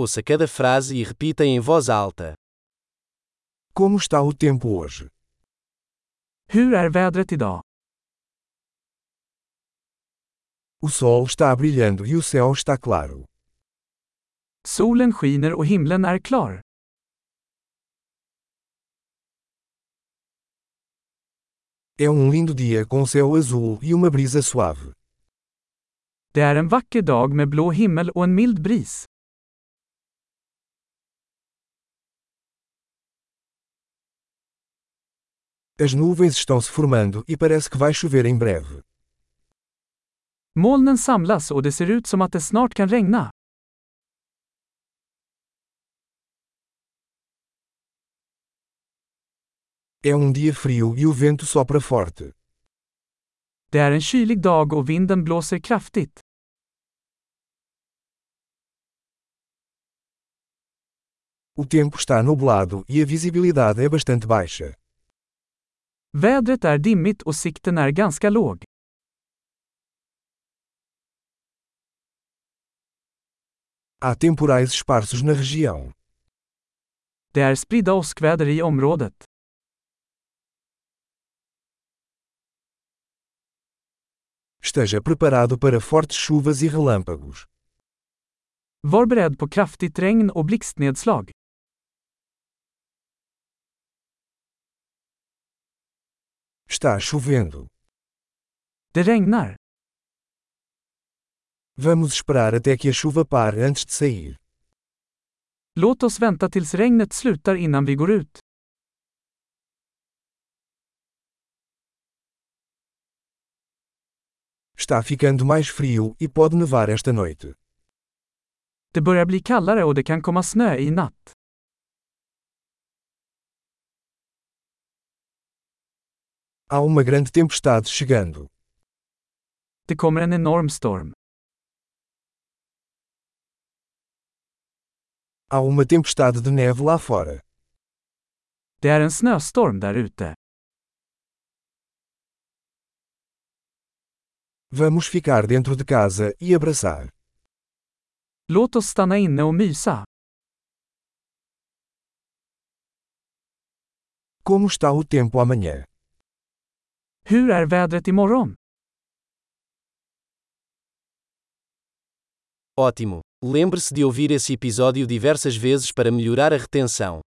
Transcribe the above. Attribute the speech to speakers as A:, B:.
A: Ouça cada frase e repita em voz alta.
B: Como está o tempo hoje?
C: Hur är vädret idag?
B: O sol está brilhando e o céu está claro.
C: Solen skiner och himlen är klar.
B: É um lindo dia com céu azul e uma brisa suave.
C: Det är en vacker dag med blå himmel och en mild bris.
B: As nuvens estão se formando e parece que vai chover em breve.
C: Molnen samlas och det ser ut som att det snart kan regna.
B: É um dia frio e o vento sopra forte.
C: Det är en kylig dag och vinden blåser kraftigt.
B: O tempo está nublado e a visibilidade é bastante baixa.
C: Vädret är dimmigt och sikten är ganska låg.
B: Há temporais esparsos na região.
C: Det är spridda åskväder i området.
B: Esteja preparado para fortes chuvas e relâmpagos.
C: Var beredd på kraftigt regn och blixtnedslag.
B: Está chovendo.
C: Det regnar.
B: Vamos esperar até que a chuva pare antes de sair.
C: Låt oss vänta tills regnet slutar innan vi går ut.
B: Está ficando mais frio e pode nevar esta noite.
C: Det börjar bli kallare och det kan komma snö i natt.
B: Há uma grande tempestade chegando.
C: Det kommer en enorm storm.
B: Há uma tempestade de neve lá fora.
C: Det är en snöstorm där ute.
B: Vamos ficar dentro de casa e abraçar.
C: Låt oss stanna inne och mysa.
B: Como está o tempo amanhã?
C: Hur är vädret imorgon?
A: Ótimo! Lembre-se de ouvir esse episódio diversas vezes para melhorar a retenção.